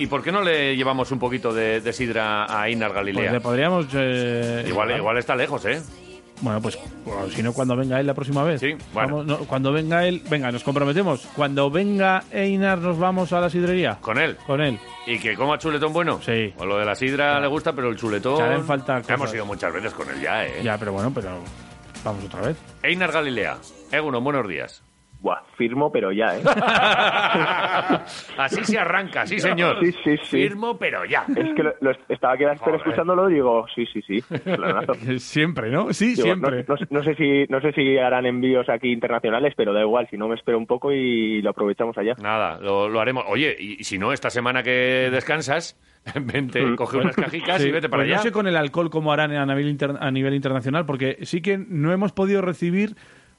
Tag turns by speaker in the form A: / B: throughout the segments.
A: ¿Y por qué no le llevamos un poquito de, de sidra a Inar
B: Pues
A: Galilea?
B: le podríamos. eh,
A: igual,
B: llevar.
A: igual está lejos, ¿eh?
B: Bueno, pues bueno, si no, cuando venga él la próxima vez.
A: Sí, bueno.
B: Vamos, no, cuando venga él, venga, nos comprometemos. Cuando venga Einar, nos vamos a la sidrería.
A: Con él.
B: Con él.
A: ¿Y que coma chuletón bueno?
B: Sí.
A: O lo de la sidra le gusta, pero el chuletón...
B: Se hacen falta
A: Hemos
B: cosas.
A: ido muchas veces con él ya, ¿eh?
B: Ya, pero bueno, pero vamos otra vez.
A: Einar Galilea. Egunon, buenos días.
C: Buah, firmo, pero ya, ¿eh?
A: así se arranca, sí, señor.
C: Sí, sí, sí.
A: Firmo, pero ya.
C: Es que lo- lo- estaba que
A: Joder.
C: estar escuchándolo y digo, sí, sí, sí. planazo.
B: Siempre, ¿no? Sí,
C: Digo, no,
B: siempre.
C: no, no sé si, no sé si harán envíos aquí internacionales, pero da igual, si no me espero un poco y lo aprovechamos allá.
A: Nada, lo, lo haremos. Oye, y si no, esta semana que descansas, vente, coge unas cajicas
B: Mm. Sí,
A: y vete para
B: pues
A: allá.
B: No sé con el alcohol cómo harán a nivel, inter- a nivel internacional, porque sí que no hemos podido recibir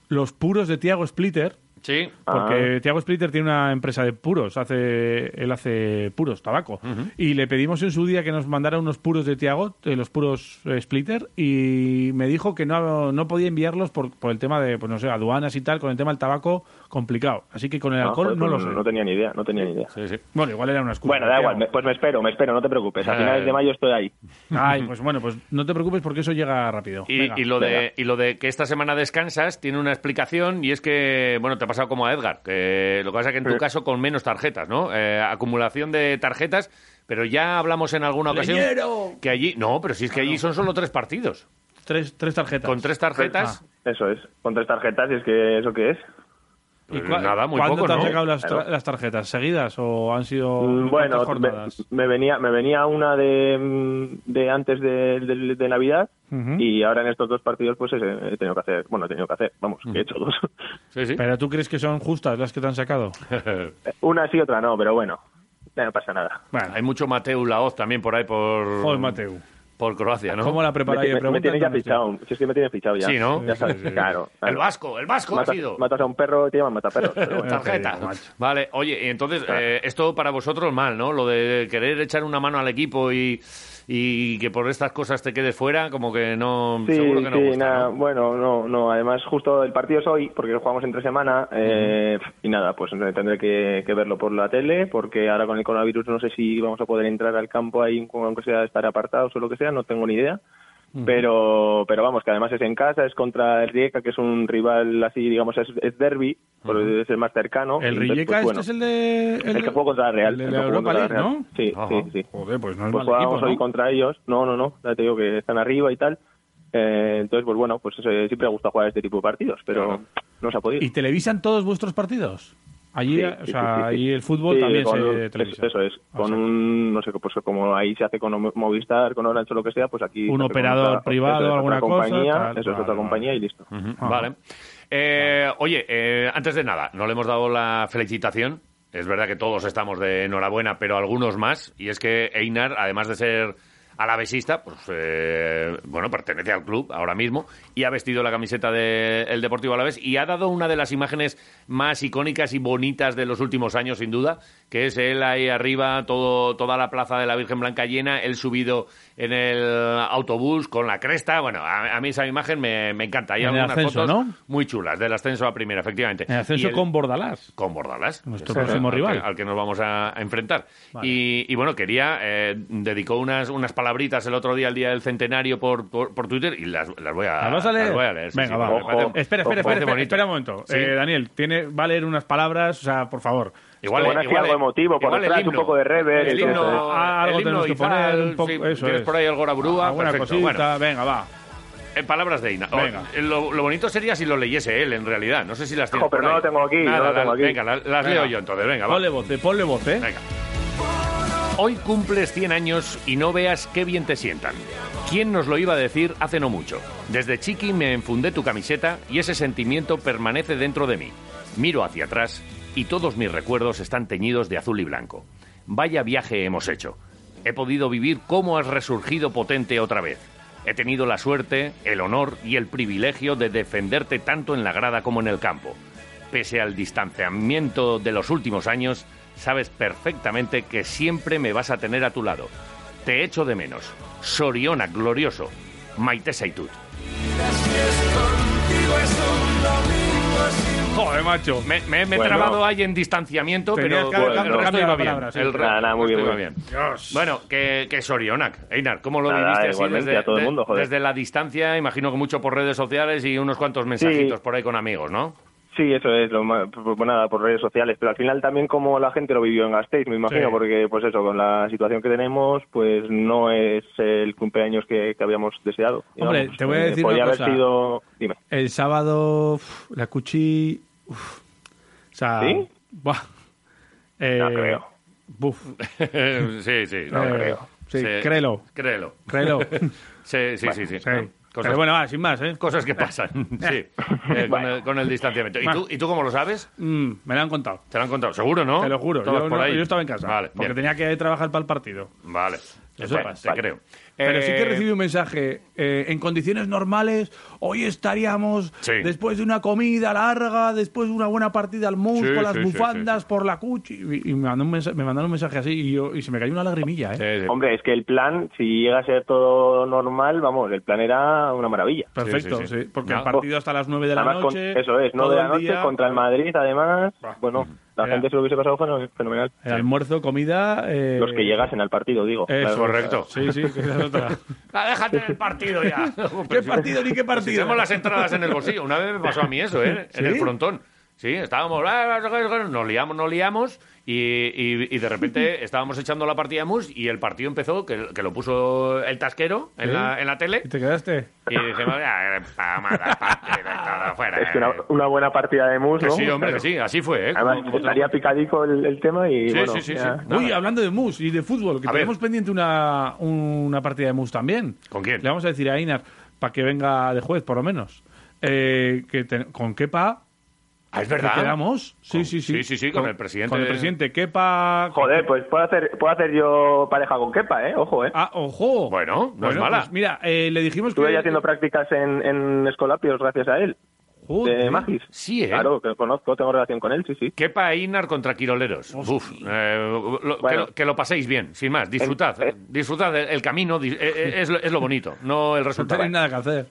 B: los puros de Tiago Splitter,
A: Sí.
B: porque Tiago Splitter tiene una empresa de puros, hace, él hace puros, tabaco. Y le pedimos en su día que nos mandara unos puros de Tiago, eh, los puros eh, Splitter, y me dijo que no, no podía enviarlos por, por el tema de, pues no sé, aduanas y tal, con el tema del tabaco complicado. Así que con el
C: Ah,
B: alcohol
C: joder,
B: no
C: pues
B: lo sé.
C: No tenía ni idea, no tenía ni idea.
A: Sí, sí.
B: Bueno, igual era una excusa.
C: Bueno, da
B: Tiago.
C: igual, me- pues me espero, me espero, no te preocupes. A
A: Eh.
C: finales de mayo estoy ahí.
B: Ay, pues bueno, pues no te preocupes porque eso llega rápido.
A: Y,
B: Venga.
A: y lo de,
C: venga.
A: y lo de que esta semana descansas tiene una explicación y es que, bueno, te ha pasado como a Edgar, que lo que pasa que en tu
C: Sí.
A: caso con menos tarjetas, ¿no? Eh, acumulación de tarjetas, pero ya hablamos en alguna ocasión que allí... No, pero si es que allí son solo tres partidos.
B: Tres, tres tarjetas.
A: Con tres
B: ah,
A: tarjetas,
C: Eso es, con tres tarjetas, y es que eso qué es.
B: ¿Y
A: pues
B: cua-
A: nada, muy
B: ¿Cuándo
A: poco,
B: te han
A: ¿no?
B: sacado las, tra-
C: Claro.
B: las tarjetas? ¿Seguidas o han sido cuántas
C: Mm, Bueno, me,
B: jornadas?
C: me venía me venía una de, mm, de antes de, de- de Navidad
B: Ujú.
C: y ahora en estos dos partidos pues ese, he tenido que hacer, bueno, he tenido que hacer, vamos, que he hecho dos.
A: Sí, sí.
B: ¿Pero tú crees que son justas las que te han sacado?
C: una sí, otra no, pero bueno, ya no pasa nada.
B: Bueno,
A: Hay mucho Mateu Laoz también por ahí, por,
B: joder, Mateu.
A: por Croacia, ¿no?
B: ¿Cómo la
C: Me,
B: preparáis?
C: me- me tiene ya fichado, si es que me tiene fichado ya.
A: Sí, ¿no?
C: Ya sabes, claro.
A: El
C: claro.
A: vasco, el vasco
C: Matas,
A: ha sido.
C: matas a un perro, te llaman mataperros. Pero bueno.
A: Tarjeta.
B: Te digo, macho.
A: Vale, oye, y entonces, eh, esto para vosotros mal, ¿no? Lo de querer echar una mano al equipo y, y que por estas cosas te quedes fuera, como que no.
C: Sí,
A: seguro que no
C: sí,
A: gusta.
C: nada,
A: ¿no?
C: bueno, no, no, además justo el partido es hoy, porque lo jugamos entre semana, eh, y nada, pues tendré que, que verlo por la tele, porque ahora con el coronavirus no sé si vamos a poder entrar al campo ahí, aunque sea estar apartados o lo que sea, no tengo ni idea, pero pero vamos, que además es en casa, es contra el Rijeka, que es un rival así, digamos, es, es derby, por es el más cercano.
B: El
C: entonces,
B: Rijeka
C: pues, bueno,
B: este es el de...
C: el
B: de-
C: que jugó contra la Real.
B: El de
C: el
B: la
C: que jugó
B: Europa
C: contra la
B: League, ¿no?
C: Real. Sí,
A: Ajá.
C: sí, sí.
B: Joder, pues no es mal
C: Pues jugábamos
B: equipo,
C: hoy
B: ¿no?
C: contra ellos. No, no, no. Ya te digo que están arriba y tal. Eh, entonces, pues bueno, pues eh, siempre ha gustado jugar este tipo de partidos, pero no se ha podido.
B: ¿Y televisan todos vuestros partidos? Allí,
C: Sí,
B: o sea,
C: sí, sí, sí, sí.
B: ahí el fútbol
C: Sí,
B: también
C: con
B: se
C: un-
B: televisa.
C: Eso es.
B: O
C: Con
B: sea,
C: un, no sé, pues como ahí se hace con Mo- Movistar, con Orange o lo que sea, pues aquí.
B: Un
C: se hace con
B: operador privado,
C: eso es,
B: alguna
C: otra compañía,
B: cosa, tal,
C: eso es
B: vale,
C: otra
B: vale. Mm.
C: compañía y listo.
A: Ujú, Vale. Eh, Oye, eh, antes de nada, no le hemos dado la felicitación. Es verdad que todos estamos de enhorabuena, pero algunos más. Y es que Einar, además de ser alavesista, pues eh, bueno, pertenece al club ahora mismo y ha vestido la camiseta del Deportivo Alavés y ha dado una de las imágenes más icónicas y bonitas de los últimos años, sin duda, que es él ahí arriba, todo, toda la plaza de la Virgen Blanca llena, él subido en el autobús con la cresta. Bueno, a, a mí esa imagen me, me encanta. Hay
B: En el
A: algunas
B: ascenso,
A: fotos
B: ¿no?
A: muy chulas del ascenso a primera, efectivamente.
B: El ascenso
A: Y el-
B: con Bordalás.
A: con Bordalás,
B: Nuestro
A: que es
B: próximo
A: al-
B: rival.
A: al que, al que nos vamos a, a enfrentar.
B: Vale.
A: Y, y bueno, quería eh, dedicó unas unas palabritas el otro día, el día del centenario por, por, por Twitter y las, las voy a
B: ¿Las vas a leer?
A: las voy a leer, sí,
B: Venga,
A: sí,
B: va. Oh,
A: me
C: Ojo.
A: parece- me
B: Espera, espera,
A: parece
B: espera, espera,
A: bonito.
B: espera un momento.
A: Sí.
B: Eh, Daniel, tiene, va a leer unas palabras, o sea, por favor.
A: Igual,
C: Pon
A: eh,
C: así
A: igual
C: algo
A: eh,
C: emotivo, por
A: igual el
C: detrás, un
A: himno.
C: poco de rever,
A: El
C: entonces.
A: himno,
B: Ah, algo
A: el himno
B: tenemos que poner,
A: izal,
B: un poco-
A: sí,
B: eso
A: tienes
B: es.
A: por ahí el Goraburúa,
B: Alguna
A: Ah, perfecto.
B: cosita,
A: Bueno,
B: venga, va.
A: en palabras de Ina. O-
B: Venga.
A: eh, Lo, lo bonito sería si lo leyese él, en realidad. No sé si las tienes
C: Ojo, pero
A: por
C: no
A: ahí.
C: lo tengo aquí,
A: Nada,
C: no lo
A: la-
C: tengo aquí.
A: Venga, la- las
B: Venga.
A: leo yo entonces, venga, va.
B: Ponle voz, eh, ponle voz, ¿eh?
A: Venga. Hoy cumples 100 años y no veas qué bien te sientan. ¿Quién nos lo iba a decir hace no mucho? Desde chiqui me enfundé tu camiseta y ese sentimiento permanece dentro de mí. Miro hacia atrás y todos mis recuerdos están teñidos de azul y blanco. Vaya viaje hemos hecho. He podido vivir cómo has resurgido potente otra vez. He tenido la suerte, el honor y el privilegio de defenderte tanto en la grada como en el campo. Pese al distanciamiento de los últimos años, sabes perfectamente que siempre me vas a tener a tu lado. Te echo de menos. Soriona, glorioso. Maite Saitut.
B: Joder, macho.
A: Me, me- me he
C: Bueno.
A: trabado ahí en distanciamiento,
B: Tenías
A: pero
B: que haber
A: el
B: cambiado
A: resto
B: la
A: iba bien.
B: palabra, sí.
A: El re-
C: Nada, nada, muy
A: resto
C: bien,
A: iba
C: muy bien.
B: Dios.
A: Bueno, que, que Sorionac. Einar, ¿cómo lo
C: Nada,
A: viviste así
C: igualmente,
A: desde,
C: a todo el
A: de-
C: mundo, joder.
A: desde la distancia? Imagino que mucho por redes sociales y unos cuantos mensajitos por ahí con amigos, ¿no?
C: Sí, eso es, lo más, pues nada, por redes sociales, pero al final también como la gente lo vivió en Gasteiz, me imagino,
B: Sí.
C: porque pues eso, con la situación que tenemos, pues no es el cumpleaños que, que habíamos deseado.
B: Hombre, te voy a decir
C: podría
B: una
C: haber
B: cosa.
C: sido... Dime.
B: El sábado, uf, la cuchi. uf. O sea.
C: ¿Sí?
B: buah.
C: No
B: Eh,
C: creo.
B: buf.
A: sí, sí. no,
B: Eh,
A: creo.
B: sí,
A: Se-
B: créelo.
A: Créelo.
B: Créelo.
A: Sí, sí, sí. sí.
B: Sí.
A: No, cosas,
B: Pero bueno, va, sin más, ¿eh?
A: cosas que pasan, sí. eh, con, el, con el distanciamiento. ¿Y tú, ¿Y tú cómo lo sabes?
B: Mm, me lo han contado.
A: Te lo han contado, seguro, ¿no?
B: Te lo juro.
A: Todos
B: Yo,
A: por
B: no-
A: ahí.
B: yo estaba en casa.
A: Vale,
B: porque
A: bien.
B: tenía que trabajar para el partido.
A: Vale.
B: Lo
A: Bueno,
B: sepas.
A: te
B: Vale.
A: creo.
B: Pero
A: Eh,
B: sí que recibí un mensaje. eh, en condiciones normales, hoy estaríamos
A: Sí.
B: después de una comida larga, después de una buena partida al mus,
A: Sí,
B: con las
A: sí, sí,
B: bufandas, por la cuchi. Y, y me, mandó un mensa- me mandaron un mensaje así y, yo, y se me cayó una lagrimilla, ¿eh?
A: sí, sí.
C: Hombre, es que el plan, si llega a ser todo normal, vamos, el plan era una maravilla.
B: Perfecto,
A: Sí,
B: sí,
A: sí, sí.
B: porque
A: No.
B: el partido hasta las 9 de la
C: Además, con-
B: noche.
C: eso es, no
B: todo
C: de la
B: el
C: noche,
B: día,
C: contra el Madrid, además, bueno, la
B: Era-
C: gente se lo hubiese pasado fenomen- fenomenal.
B: El eh, almuerzo, comida. eh,
C: Los que llegasen al partido, digo.
B: eso,
C: Claro.
A: correcto.
B: Sí, sí, que esa es otra.
A: Ah, déjate del partido ya.
B: ¿Qué partido ni qué
A: Si
B: partido?
A: tenemos las entradas en el bolsillo. Una vez me pasó a mí eso, ¿eh? En el frontón. Sí, estábamos, "Ah, nos liamos, nos liamos, y, y- y de repente estábamos echando la partida de mus y el partido empezó, que, que lo puso el tasquero en,
B: ¿Sí?
A: la, en la tele,
B: ¿Y te quedaste?
A: y dijimos, "Ah, pamada, partido, todo fuera.
C: Es que una, una buena partida de mus,
A: Que
C: ¿no?
A: sí, hombre,
C: Claro.
A: que sí, así fue, ¿eh?
C: Además,
A: Como-
C: estaría picadico el, el tema y
A: Sí,
C: bueno,
A: sí, sí, sí.
C: ya.
A: Nada.
B: Uy, hablando de Mus y de fútbol, que
A: A ver.
B: tenemos pendiente una, una partida de Mus también.
A: ¿Con quién?
B: Le vamos a decir a Inar, para que venga de juez, por lo menos. Eh, que te- con Kepa.
A: Ah, es verdad.
B: que quedamos? Sí,
A: Con-
B: sí, sí.
A: sí, sí, sí, con el presidente.
B: Con el presidente Kepa.
C: Joder, pues puedo hacer, puedo hacer yo pareja con Kepa, ¿eh? Ojo, ¿eh?
B: Ah, ojo.
A: Bueno, no es
B: Bueno,
A: mala.
B: pues mira, eh, le dijimos
C: Estuve
B: que.
C: ya haciendo prácticas en, en Escolapios gracias a él, de
B: Joder.
C: Magis.
A: Sí, ¿eh?
C: Claro, que lo conozco, tengo relación con él, sí, sí.
A: Kepa e Inar contra Quiroleros. Uf, eh, lo- que,
C: Bueno.
A: lo, que lo paséis bien, sin más. Disfrutad.
C: Eh,
A: eh, disfrutad el, el camino, di- eh, eh, es, lo, es lo bonito, no el
B: No
A: resultado.
B: tenéis nada que hacer.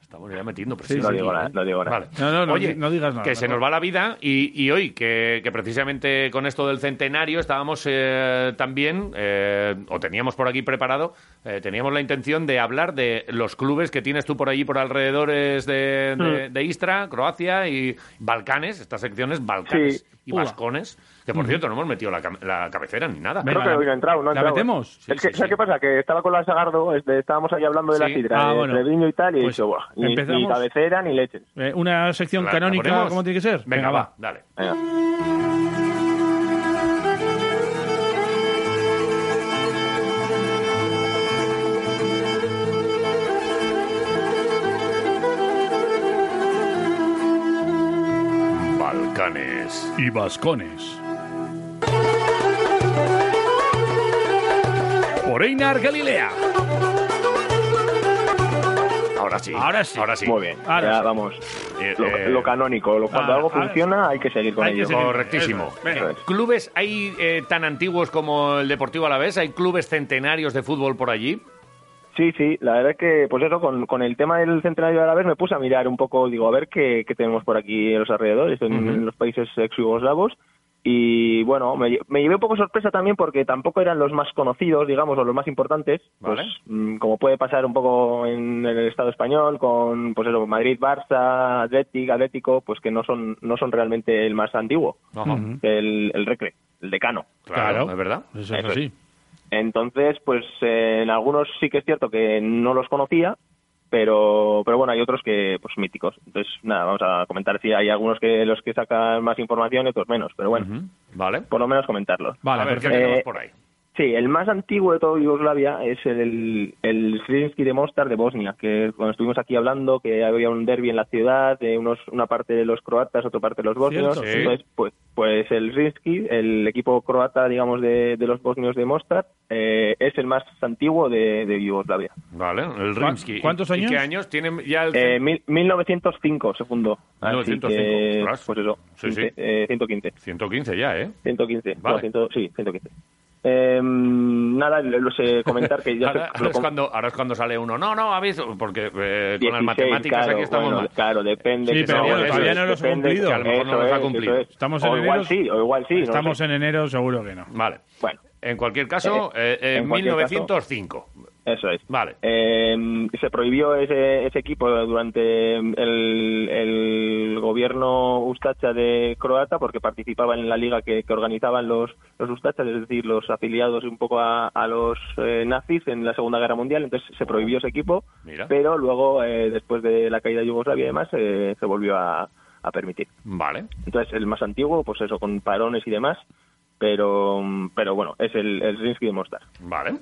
A: Estamos ya metiendo presión.
C: No
A: aquí,
C: digo nada,
A: ¿eh?
C: no digo nada.
A: Vale.
B: No, no, no
A: Oye,
B: di- no digas nada,
A: Que se
B: mejor.
A: nos va la vida y, y hoy, que, que precisamente con esto del centenario estábamos eh, también, eh, o teníamos por aquí preparado, eh, teníamos la intención de hablar de los clubes que tienes tú por allí, por alrededores de,
C: Mm.
A: de- de Istra, Croacia y Balcanes, estas secciones Balcanes
C: Sí.
A: y
B: Uva.
A: Vascones, que por cierto no hemos metido la, cam- la cabecera ni nada.
B: Mm. Venga,
C: Creo que
B: la-
C: hoy no ha entrado, no ha
B: ¿la
C: entrado. ¿eh?
B: metemos?
C: Es
A: Sí,
C: que,
A: sí,
C: ¿sabes
A: sí.
C: qué pasa? Que estaba con la Sagardo, este, estábamos ahí hablando de la
A: Sí.
C: sidra,
B: Ah,
C: de
B: bueno.
C: Treviño y tal, y
B: Pues
C: he dicho, "Buah, ni,
B: empezamos.
C: ni cabecera ni leches.
B: Eh, una sección
A: ¿La- la
B: canónica,
A: ponemos?
B: ¿cómo tiene que ser?
A: Venga, va, dale.
C: Venga.
A: Balcanes.
B: Y Vascones.
A: Por Einar Galilea. Ahora sí.
B: Ahora sí.
A: Ahora sí.
C: Muy bien,
B: Ahora
C: ya
B: sí.
C: vamos.
A: Eh,
C: Lo,
A: eh,
C: lo canónico, lo- cuando
B: ahora-
C: algo
B: ahora
C: funciona hay que seguir con
B: Hay que
C: ello.
B: seguir.
A: Correctísimo.
B: Eso es, venga.
A: Eh, ¿Clubes hay eh, tan antiguos como el Deportivo Alavés? ¿Hay clubes centenarios de fútbol por allí?
C: Sí, sí, la verdad es que, pues eso, con, con el tema del centenario de la vez me puse a mirar un poco, digo, a ver qué, qué tenemos por aquí en los alrededores, en, en los países ex-yugoslavos. Y bueno, me, lle- me llevé un poco sorpresa también porque tampoco eran los más conocidos, digamos, o los más importantes, pues,
A: Vale.
C: mm, como puede pasar un poco en el Estado español, con pues eso, Madrid, Barça, Atlético, Atlético, pues que no son, no son realmente el más antiguo,
A: Ajá.
B: Ujú.
C: el, el Recre, el decano.
A: Claro,
B: Claro.
A: es verdad.
B: Eso es así.
C: Entonces, pues eh, en algunos sí que es cierto que no los conocía, pero, pero bueno, hay otros que, pues míticos. Entonces, nada, vamos a comentar si hay algunos que los que sacan más información y otros menos, pero bueno,
A: Ujú. Vale.
C: por lo menos comentarlo.
B: Vale,
A: a ver, ¿qué
B: perfecto.
A: tenemos
C: Eh,
A: por ahí?
C: Sí, el más antiguo de todo Yugoslavia es el, el Srinski de Mostar de Bosnia, que cuando estuvimos aquí hablando que había un derby en la ciudad, de unos, una parte de los croatas, otra parte de los bosnios.
B: Cierto,
A: sí.
C: Entonces, pues, pues el Srinski, el equipo croata, digamos, de, de los bosnios de Mostar, eh, es el más antiguo de, de Yugoslavia.
A: Vale, el Rimsky.
B: cuántos
A: ¿Y- ¿Y
B: años?
A: qué años tienen ya el...
C: Eh, mil- 1905 se fundó. Así
A: 1905,
C: que,
A: ostras.
C: pues eso,
A: Sí, sí.
C: 15, eh, 115.
A: 115 ya, ¿eh?
C: 115, no,
A: Vale.
C: 100 sí, 115. Eh, nada, lo sé comentar que ya...
A: Ahora,
C: se-
A: ahora
C: lo
A: es
C: com-
A: cuando, ahora es cuando sale uno. No, no, habéis. Porque eh, con las
C: 16,
A: matemáticas
C: claro,
A: aquí estamos
C: bueno, eh.
A: mal.
C: Claro, depende.
B: Sí,
C: que
B: pero
C: no,
A: bueno,
C: eso
A: todavía
C: es,
A: no
B: los ha
C: depende,
B: cumplido.
A: Que a lo mejor no
C: eso
A: los ha
C: es, eso
A: cumplido.
C: es.
B: Estamos en
C: o
B: enero.
C: igual sí, o igual sí. no lo
B: Estamos
C: sé.
B: en enero, seguro que no.
A: Vale.
C: Bueno,
A: En cualquier caso,
C: Eh,
A: eh, en,
C: en cualquier
A: 1905.
C: eso es.
A: Vale.
C: Eh, se prohibió ese, ese equipo durante el, el gobierno Ustacha de Croata porque participaba en la liga que, que organizaban los, los Ustachas, es decir, los afiliados un poco a, a los eh, nazis en la Segunda Guerra Mundial. Entonces se prohibió ese equipo,
A: Mira.
C: pero luego, eh, después de la caída de Yugoslavia y demás, eh, se volvió a, a permitir.
A: Vale.
C: Entonces, el más antiguo, pues eso, con parones y demás. Pero, pero bueno, es el, el Rinsky de Mostar.
A: Vale.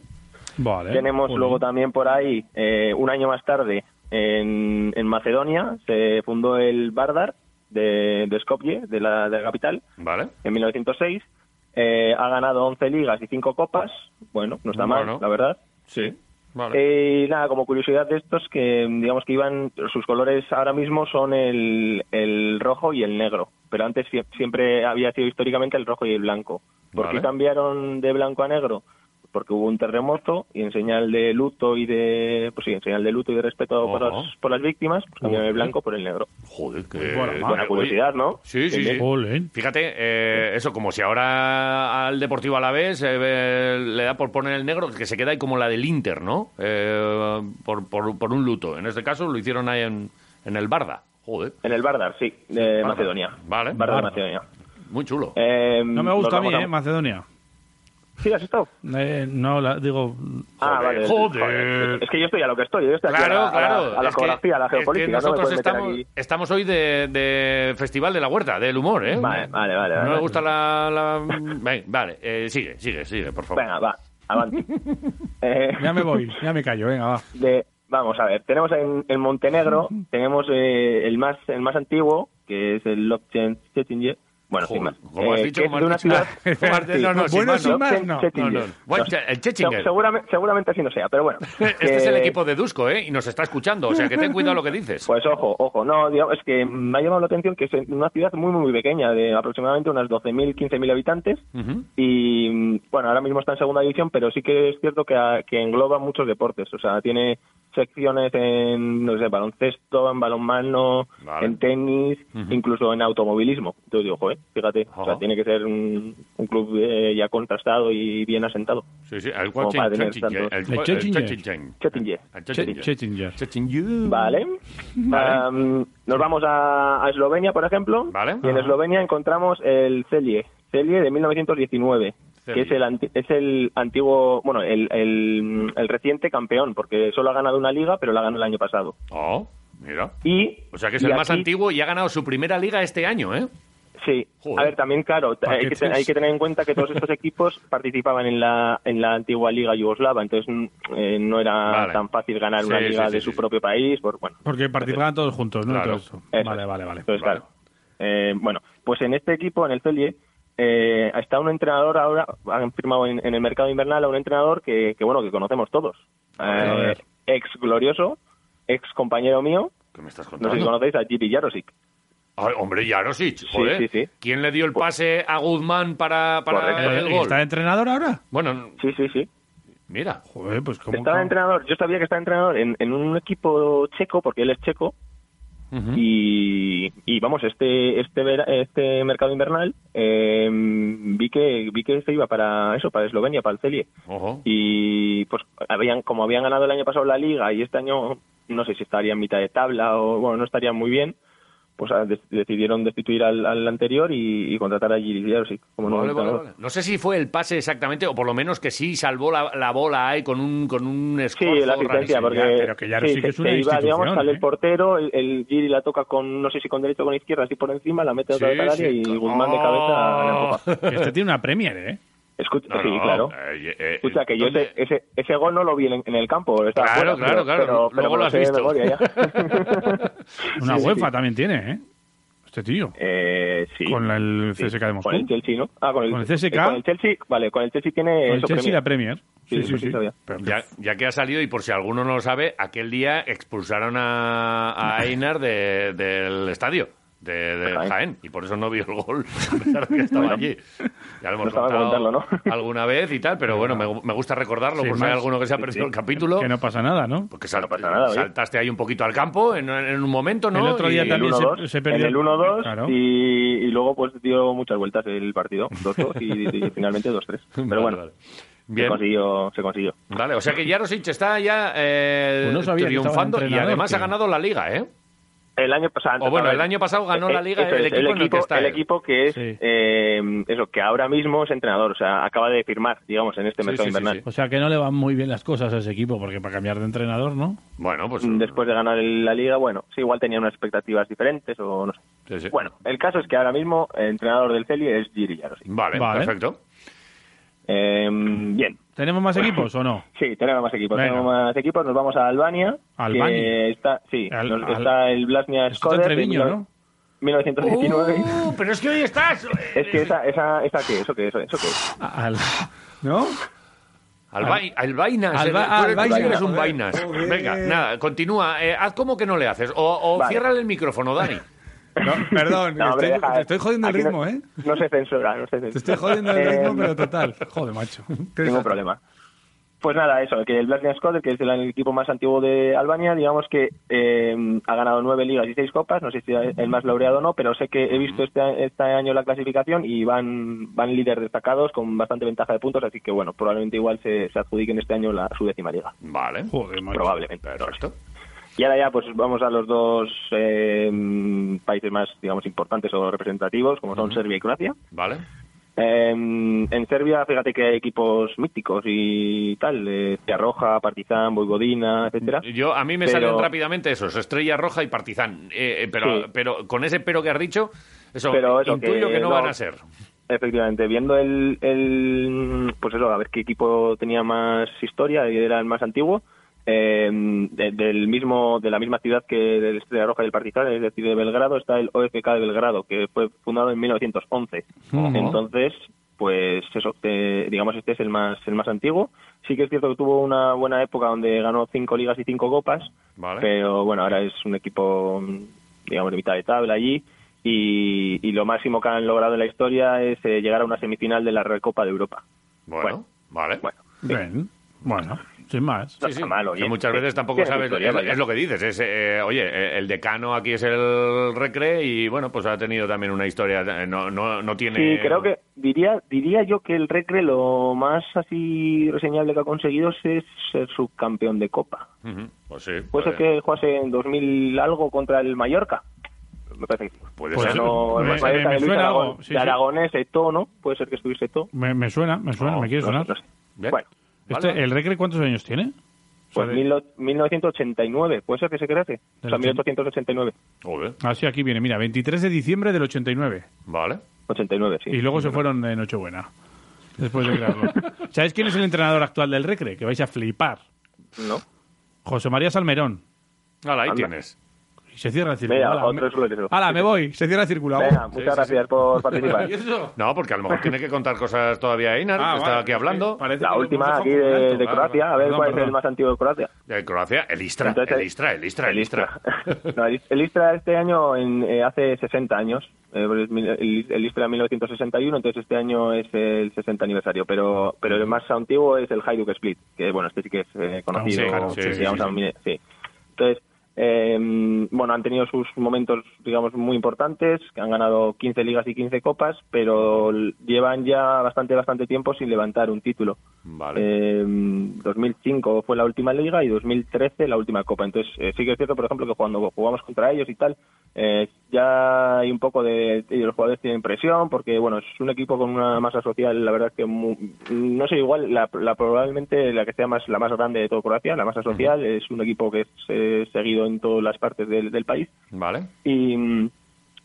B: Vale.
C: Tenemos
B: Jolín.
C: luego también por ahí, eh, un año más tarde, en, en Macedonia, se fundó el Bardar de, de Skopje, de la, de la capital,
A: Vale.
C: en 1906. Eh, ha ganado 11 ligas y 5 copas. Bueno, no está mal,
A: Bueno.
C: la verdad.
A: Sí. Vale.
C: Eh, y nada, como curiosidad de estos, que digamos que iban, sus colores ahora mismo son el, el rojo y el negro, pero antes sie- siempre había sido históricamente el rojo y el blanco. ¿Por
A: Vale.
C: qué cambiaron de blanco a negro? Porque hubo un terremoto y en señal de luto y de, pues sí, en señal de luto y de respeto por
A: Ajá.
C: las, por las víctimas, pues cambiaron el
A: Joder.
C: blanco por el negro.
A: Joder, qué
B: Buena
A: qué-
B: madre.
C: Buena curiosidad, ¿no?
A: Sí, sí, sí.
B: Jolín.
A: Fíjate, eh, eso, como si ahora al Deportivo Alavés eh, eh, le da por poner el negro, que se queda ahí como la del Inter, ¿no? Eh, por, por- por un luto. En este caso lo hicieron ahí en, en el Barda. Joder,
C: En el Bardar, sí, de
A: Bardar.
C: Macedonia.
A: Vale.
C: Bardar,
A: Bardar.
C: de Macedonia.
A: muy chulo.
C: Eh,
B: No me gusta a
C: nos
B: mí,
C: vamos
B: ¿eh? Macedonia.
C: ¿Sí has estado?
B: Eh, no, la- digo.
C: Ah,
A: Joder,
C: vale.
A: joder.
C: Es que yo estoy a lo que estoy. Yo estoy aquí
A: Claro,
C: a la,
A: claro.
C: A la, a la
A: es que-
C: geografía, a la
A: es que
C: geopolítica. no me
A: nosotros
C: puedes meter
A: estamos,
C: aquí.
A: estamos hoy de, de Festival de la Huerta, del humor, ¿eh?
C: Vale, vale, vale.
A: No
C: vale.
A: me gusta la... la- Ven, vale, eh, sigue, sigue, sigue, por favor.
C: Venga, va, avante. Eh,
B: Ya me voy, ya me callo, venga, va.
C: de- vamos a ver, tenemos en, en Montenegro, tenemos eh, el más el más antiguo, que es el Lobchen Cetinje. Bueno, sin
A: Joder,
C: más.
A: ¿Cómo has
C: Eh,
A: dicho?
C: que
A: ¿Cómo
C: es de una
A: has dicho?
C: ciudad.
A: ¿Cómo has dicho? No, no, sin
B: Bueno,
A: más,
B: sin
A: no.
B: más, no.
C: Lobchen-Cetinje.
A: No, no. Bueno, el Chechingen.
C: Se- seguramente, seguramente así no sea, pero bueno.
A: Este es el
C: que-
A: equipo de Dusko, ¿eh? Y nos está escuchando, o sea que ten cuidado lo que dices.
C: Pues ojo, ojo, no, digamos, es que me ha llamado la atención que es una ciudad muy, muy pequeña, de aproximadamente unas 12.000, 15.000 habitantes,
A: Ujú.
C: y mm, bueno, ahora mismo está en segunda división, pero sí que es cierto que, a- que engloba muchos deportes, o sea, tiene secciones en, no sé, baloncesto, en balonmano,
A: Vale.
C: en tenis, incluso en automovilismo. Entonces digo, joder, fíjate, o
A: Ajá.
C: sea, tiene que ser un, un club eh, ya contrastado y bien asentado.
A: Sí, sí, el
C: Como para tener
A: Chechingen.
C: tantos.
A: El
B: El Chechingen.
A: Chechingen.
C: Chechingen.
A: El
B: Che-
A: Chechingen.
B: Chettinger.
A: Chechingen.
C: Vale.
A: Vale.
C: Am, nos vamos a, a Eslovenia, por ejemplo.
A: Vale.
C: Y en
A: Ajá.
C: Eslovenia encontramos el Celje. Celje de 1919,
A: Celje.
C: que es el, anti- es el antiguo, bueno, el, el- el reciente campeón, porque solo ha ganado una liga, pero la ganó el año pasado.
A: Oh, mira.
C: Y,
A: O sea que es
C: y
A: el más
C: aquí-
A: antiguo y ha ganado su primera liga este año, ¿eh?
C: Sí.
A: Joder.
C: A ver, también, claro, hay que,
B: Paquetes.
C: ten- hay que tener en cuenta que todos estos equipos participaban en la, en la antigua liga yugoslava, entonces mm, eh, no era
A: Vale.
C: tan fácil ganar
A: Sí,
C: una
A: sí,
C: liga
A: sí,
C: de
A: sí,
C: su
A: sí.
C: propio país. Por, bueno,
B: Porque participaban todos juntos, ¿no?
A: Claro.
B: Todo esto.
C: Eso
B: Vale,
C: es.
B: vale, vale.
C: Entonces,
A: Vale.
C: claro. Eh, bueno, pues en este equipo, en el Celje, eh, está un entrenador ahora, han firmado en, en el mercado invernal a un entrenador que, que, bueno, que conocemos todos.
B: ver, a
C: Eh,
B: ver.
C: ex glorioso, ex compañero mío,
A: ¿Qué me estás
C: no
A: contando?
C: sé si conocéis a Jiri Jarosic.
A: Ay, hombre, Jarosic, joder.
C: sí, sí.
A: ¿Quién le dio el pase a Guzmán para,
C: Correcto.
A: para el
B: Eh, ¿Y
A: gol?
B: ¿Está de entrenador ahora?
A: Bueno,
C: Sí, sí, sí.
A: mira.
B: Joder, pues como.
C: Estaba de entrenador, yo sabía que estaba de entrenador en, en un equipo checo, porque él es checo,
B: ¿Mm?
C: y, y, vamos, este este vera- este mercado invernal eh, vi que vi que se iba para eso, para Eslovenia, para el Celje.
A: Ojo.
C: y pues habían como habían ganado el año pasado la liga y este año no sé si estaría en mitad de tabla o bueno no estaría muy bien pues ah, de- decidieron destituir al, al anterior y, y contratar a Giri Yarosik como
A: Vale,
C: nuevo
A: vale,
C: entrenador.
A: vale. No sé si fue el pase exactamente, o por lo menos que sí salvó la, la bola ahí con un, con un
C: Sí,
A: escorzo
C: la asistencia,
A: rarísimo.
C: porque
B: ya, pero que Yarosik
C: se-
B: es una
C: se iba,
B: institución,
C: digamos, sale
B: ¿eh?
C: el portero, el, el Giri la toca con, no sé si con derecho o con izquierda, así por encima, la mete
A: Sí,
C: otra vez al área
A: sí. Oh.
C: y Guzmán de cabeza la empuja.
B: Que Este tiene una Premier, ¿eh?
C: Escucha,
A: No,
C: sí,
A: no,
C: claro.
A: eh, eh,
C: Escucha, que yo
A: ¿dónde-
C: ese, ese, ese gol no lo vi en, en el campo. estaba
A: Claro,
C: fuera,
A: claro,
C: pero-
A: claro,
C: Pero, pero
A: luego lo
C: me
A: has
C: sé de
A: visto.
C: memoria ya.
B: Una
C: Sí, sí,
B: UEFA
C: sí.
B: también tiene, ¿eh? Este tío.
C: Eh, sí.
B: Con la- el
C: Sí,
B: CSK de Moscú.
C: Con el Chelsea, ¿no? Ah, con el,
B: Con el CSK.
C: eh, con el Chelsea, vale, con el Chelsea tiene.
B: Con el
C: eso,
B: Chelsea y la
C: premio.
B: Premier. Sí,
C: Sí, sí,
B: sí,
C: sí,
B: sí.
C: sabía.
B: Pero que-
A: Ya, ya que ha salido, y por si alguno no lo sabe, aquel día expulsaron a, a Einar de- del estadio. de, de
C: De Jaén.
A: Jaén, y por eso no vio el gol, a pesar de que estaba allí. Ya lo hemos
C: No estaba
A: contado
C: contarlo, ¿no?
A: alguna vez y tal, pero bueno, me, me gusta recordarlo
B: Sin
A: por si hay
B: más.
A: alguno que se ha perdido el capítulo.
B: Que no pasa nada, ¿no?
A: Porque sal-
C: No pasa nada, oye.
A: saltaste ahí un poquito al campo en, en un momento, ¿no?
B: El otro día
A: Y-
B: también
C: el
B: se-
C: 1-2,
B: se perdió.
C: en el 1-2
B: Claro.
C: y, y luego pues dio muchas vueltas el partido, 2-2 y, y finalmente 2-3. Pero
A: Vale,
C: bueno,
A: vale.
C: se
A: Bien.
C: consiguió, se consiguió.
A: Vale, o sea que Jarosich está ya eh,
B: Pues no sabía que
A: triunfando y
B: estaba entrenador,
A: además ha
B: tío.
A: ganado la liga, ¿eh?
C: El año pasado.
A: O bueno,
C: a ver,
A: el año pasado ganó la liga
C: eh, eso
A: el
C: es,
A: equipo en el que está
C: el
A: él.
C: equipo que es
B: Sí.
C: eh, eso, que ahora mismo es entrenador, o sea, acaba de firmar, digamos, en este
A: Sí,
C: mercado
A: sí, sí,
C: invernal.
B: O sea que no le van muy bien las cosas a ese equipo, porque para cambiar de entrenador, ¿no?
A: Bueno, pues.
C: Después Mm, de ganar el- la liga, bueno, sí, igual tenían unas expectativas diferentes o no sé.
A: sí, sí.
C: Bueno, el caso es que ahora mismo el entrenador del Celi es Giri Yarossi.
A: Vale,
B: Vale.
A: perfecto.
C: Eh, bien,
B: ¿Tenemos más equipos o no?
C: Sí, tenemos más equipos.
B: Venga.
C: Tenemos más equipos. Nos vamos a Albania.
B: Albania.
C: que está, sí,
B: Al-
C: nos-
B: al-
C: está el Blasnia
B: Esto está
C: Skoder.
B: en
C: de
B: Treviño,
C: mil-
B: ¿no?
C: 1919.
A: ¡Uh! pero es que hoy estás.
C: Es que esa, esa, esa, ¿qué? ¿Eso qué? ¿Eso, eso qué? es?
B: Al- ¿No?
A: Albai-
C: Ah.
A: Albainas.
B: Alba-
A: eh, tú eres-
B: Albainas,
A: tú eres un
B: joder.
A: vainas.
B: Joder.
A: Venga, nada, continúa. eh, haz como que no le haces. O, o
C: Vale.
A: ciérrale el micrófono, Dani.
B: perdón,
C: No, hombre,
B: estoy,
C: deja-
B: te estoy jodiendo el
C: aquí no-
B: ritmo, ¿eh?
C: No se censura, no se censura.
B: Te estoy jodiendo el ritmo,
C: Eh,
B: pero total. Joder, macho.
C: Ningún problema. Pues nada, eso, que el Blasnia Skoder, que es el equipo más antiguo de Albania, digamos que eh, ha ganado nueve ligas y seis copas, no sé si es el más laureado o no, pero sé que he visto este, este año la clasificación y van, van líderes destacados con bastante ventaja de puntos, así que bueno, probablemente igual se, se adjudiquen este año la, su décima liga,
A: Vale.
B: Joder, macho.
C: probablemente.
A: Perfecto.
C: Y ahora ya pues vamos a los dos eh, países más, digamos, importantes o representativos, como son Serbia y Croacia.
A: Vale.
C: Eh, en Serbia, fíjate que hay equipos míticos y tal, eh, Estrella Roja, Partizan, Vojvodina, etcétera.
A: Yo, a mí me
C: Pero-
A: salen rápidamente esos, Estrella Roja y Partizán. Eh, eh, pero,
C: Sí.
A: pero con ese pero que has dicho, eso,
C: Pero eso,
A: intuyo que,
C: que
A: no,
C: no.
A: van a ser.
C: Efectivamente, viendo el, el- pues eso, a ver qué equipo tenía más historia y era el más antiguo, eh, de- del mismo, de la misma ciudad que el Estrella Roja y el Partizan, es decir, de Belgrado, está el OFK de Belgrado, que fue fundado en 1911.
B: Ujú.
C: Entonces, pues eso, eh, digamos este es el más, el más antiguo. Sí que es cierto que tuvo una buena época donde ganó cinco ligas y cinco copas,
A: Vale.
C: pero bueno, ahora es un equipo, digamos, de mitad de tabla allí. Y, y lo máximo que han logrado en la historia es eh, llegar a una semifinal de la Recopa de Europa.
A: Bueno,
C: bueno.
A: vale.
C: Bueno,
B: Bien. Bueno, sin más.
A: Sí, sí,
C: está mal, oye.
A: que muchas veces tampoco
C: Tiene
A: sabes,
C: historia,
A: es,
C: vaya.
A: es lo que dices, es, eh, oye, eh, el decano aquí es el recre y bueno, pues ha tenido también una historia, eh, no, no, no tiene...
C: sí, creo que diría diría yo que el Recre lo más así reseñable que ha conseguido es ser subcampeón de Copa.
A: Ujú, Pues sí,
C: Puede ser
A: vale.
C: que jugase en 2000 algo contra el Mallorca. Me parece que sí.
A: Puede
B: Pues
A: ser.
C: Ganó el
B: me-
C: Mallorca
B: me- me
C: de Luis
B: suena algo,
C: Aragón-
B: sí,
C: de
B: sí.
C: Aragonés, Eto'o, ¿no? Puede ser que estuviese Eto'o.
B: Me, me suena, me suena,
A: No,
B: me quiere
C: No sé,
B: sonar.
C: no sé.
A: Bien.
C: Bueno,
A: Vale,
B: Este,
A: vale.
B: ¿El Recre cuántos años tiene? O sea,
C: Pues
B: de-
C: mil o- 1989, puede ser que se crease. O sea,
B: Del
C: 1889.
A: Joder,
B: Ah, sí, aquí viene, mira, 23 de diciembre del 89.
A: vale.
C: 89, sí.
B: Y luego se fueron de Nochebuena. Después de crearlo. ¿Sabéis quién es el entrenador actual del Recre? Que vais a flipar.
C: ¿No?
B: José María Salmerón.
A: Hala, ahí
C: Anda.
A: tienes.
B: Y se cierra el círculo.
C: Venga,
B: Ala,
C: otro
B: me...
C: sueldo.
B: Ala, me voy. Se cierra el círculo.
C: Venga,
A: sí,
C: muchas
A: sí.
C: gracias por participar.
B: ¿Y eso?
A: No, porque a lo mejor tiene que contar cosas todavía Einar,
B: Ah,
A: que está
B: vale,
A: aquí
B: es que
A: hablando.
B: parece
C: La
B: que
C: última
B: hemos
C: aquí
B: dejado
C: de,
B: contento,
C: de
B: claro,
C: Croacia, a ver
B: perdón,
C: cuál es
B: perdón.
C: el más antiguo de Croacia.
A: De Croacia, el Istra,
C: Entonces,
A: el Istra, el Istra, el Istra.
C: no, el Is- el Istra este año en, eh, hace 60 años. eh, pues es mil- El el Istra 1961, entonces este año es el 60 aniversario. Pero pero el más antiguo es el Hajduk Split, que bueno, este sí que es eh, conocido.
B: sí, claro,
A: Ah, sí,
C: que
A: sí,
C: digamos,
A: sí,
C: a mí- sí. Entonces, eh, bueno, han tenido sus momentos, digamos, muy importantes, que han ganado 15 ligas y 15 copas, pero l- llevan ya bastante, bastante tiempo sin levantar un título.
A: Vale.
C: Eh, 2005 fue la última liga y 2013 la última copa. Entonces, eh, sí que es cierto, por ejemplo, que cuando jugamos contra ellos y tal, eh, ya hay un poco de. y los jugadores tienen presión, porque, bueno, es un equipo con una masa social, la verdad es que. mu- no sé, igual, la, la probablemente la que sea más la más grande de todo Croacia, la masa social, es un equipo que es eh, seguido en todas las partes del, del país.
A: Vale.
C: Y, mm,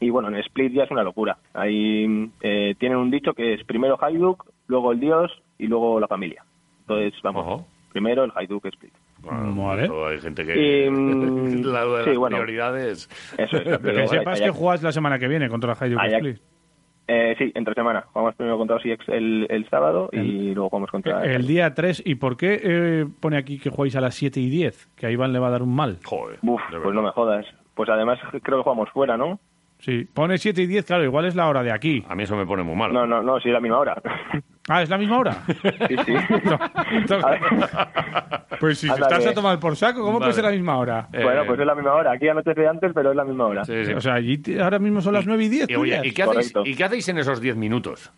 C: y bueno, en Split ya es una locura. Ahí mm, eh, tienen un dicho que es primero Hajduk, luego el Dios y luego la familia. Entonces, vamos,
A: Ojo.
C: primero el Hajduk Split.
A: Bueno,
B: Vale.
A: todo Hay gente que...
C: Y, mm,
A: la de
C: sí,
A: las
C: bueno.
A: prioridades...
C: Eso es.
B: Que
C: pero bueno,
B: sepas
C: allá-
B: que juegas la semana que viene contra la Hajduk
C: Ajax.
B: Split.
C: eh, Sí, entre semana. Jugamos primero contra Osijek el, el sábado y luego jugamos contra...
B: Eh, El día 3. ¿Y por qué eh, pone aquí que jugáis a las 7 y 10? Que a Iván le va a dar un mal.
A: Joder.
C: Uf,
A: de
C: pues no me jodas. Pues además creo que jugamos fuera, ¿no?
B: Sí, pone 7 y 10, claro, igual es la hora de aquí.
A: A mí eso me pone muy mal.
C: No, no, no, sí, la misma hora.
B: Ah, ¿es la misma hora?
C: Sí, sí.
B: No, no.
C: A ver.
B: Pues si
C: Ándale.
B: estás a tomar por saco, ¿cómo
A: Vale.
B: puede ser la misma hora?
A: Eh,
C: Bueno, pues es la misma hora. Aquí anochece antes, pero es la misma hora.
A: sí, sí.
B: O sea, allí te- ahora mismo son las 9 y 10.
A: Y, oye, ¿y qué hacéis,
C: Correcto.
A: ¿y qué hacéis en esos 10 minutos?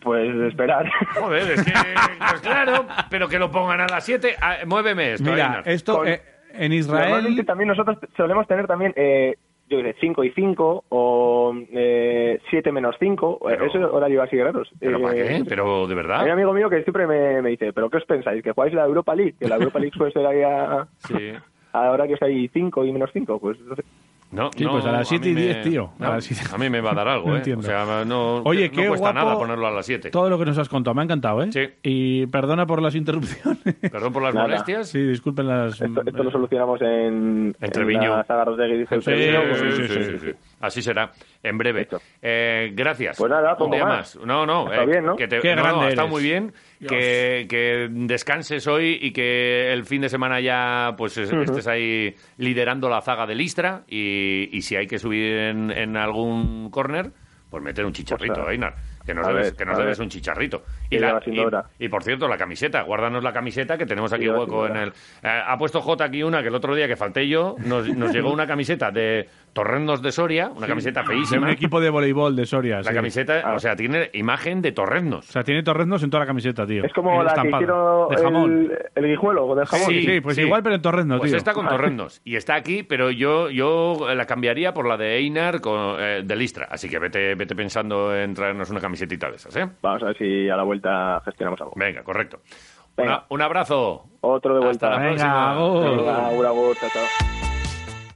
C: Pues esperar.
A: Joder, es que, pues claro, pero que lo pongan a las 7. Ah, muéveme esto,
B: Mira,
A: Ainar.
B: esto
C: Con-
B: eh, en
C: Normalmente
B: Israel...
C: también nosotros solemos tener también, eh, yo qué sé, 5 y 5 o 7 menos 5.
A: Pero-
C: Eso es horario así raros.
A: ¿Pero para
C: Eh,
A: qué? ¿Pero de
C: Hay un
A: verdad?
C: amigo mío que siempre me, me dice, ¿pero qué os pensáis? ¿Que jugáis la Europa League? Que la Europa League suele ser ahí a,
A: Sí.
C: a horarios ahí 5 y menos 5. Pues no sé.
A: No,
B: Sí,
A: no,
B: pues a las
A: mí
B: siete y
A: me-
B: diez, tío. A
A: no,
B: las siete-
A: a mí me va a dar algo,
B: No
A: ¿eh?
B: entiendo.
A: O sea, no,
B: Oye,
A: no
B: qué
A: cuesta
B: guapo
A: nada ponerlo a las 7.
B: Todo lo que nos has contado, me ha encantado, ¿eh?
A: Sí.
B: Y perdona por las interrupciones.
A: Perdón por las
C: Nada.
A: molestias.
B: Sí, disculpen las... eh,
C: Esto, esto lo solucionamos en,
A: En Treviño.
C: la saga Rodríguez y
B: Sí,
C: Treviño,
B: sí,
C: pues-
B: sí, sí, sí.
A: Así será, en breve.
C: Eso.
A: Eh, gracias.
C: Pues nada,
A: un
C: poco
A: día
C: más.
A: más. No, no, eh,
C: Está bien, ¿no?
A: Que te-
B: Qué
A: no, no,
B: grande
A: está
B: eres.
A: muy bien. Que, que descanses hoy y que el fin de semana ya pues es- estés ahí liderando la zaga de Listra. Y, y si hay que subir en, en algún córner, pues meter un chicharrito,
C: Ostras.
A: Einar. Que nos
C: A
A: debes,
C: ver,
A: que nos
C: a
A: debes
C: ver.
A: un chicharrito.
C: Que ya va siendo hora.
A: y, y, por cierto, la camiseta. Guárdanos la camiseta que tenemos aquí
C: ya va
A: hueco en
C: siendo
A: el. Eh, ha puesto J aquí una que el otro día que falté yo nos, nos llegó una camiseta de Torrendos de Soria, una camiseta
B: De un
A: feísima.
B: equipo de voleibol de Soria.
A: La
B: sí.
A: camiseta, o sea, tiene imagen de
B: O
A: Torrendos.
B: sea, tiene torreznos en toda la camiseta, tío.
C: Es como la que
B: Estampada.
C: hicieron
B: De jamón.
C: el, el guijuelo con el jamón.
B: Sí, sí, pues igual, pero en torreznos,
A: Pues
B: tío.
A: está con Torrendos y está aquí, pero yo yo la cambiaría por la de Einar con, eh, de Listra. Así que vete vete pensando en traernos una camisetita de esas, ¿eh?
C: Vamos a ver si a la vuelta gestionamos algo.
A: Venga, correcto.
C: Venga.
A: Una- un abrazo.
C: Otro de
A: Hasta
C: vuelta.
A: la
B: Venga,
A: próxima.
B: agur.
C: Venga, agur, agur, chao, chao.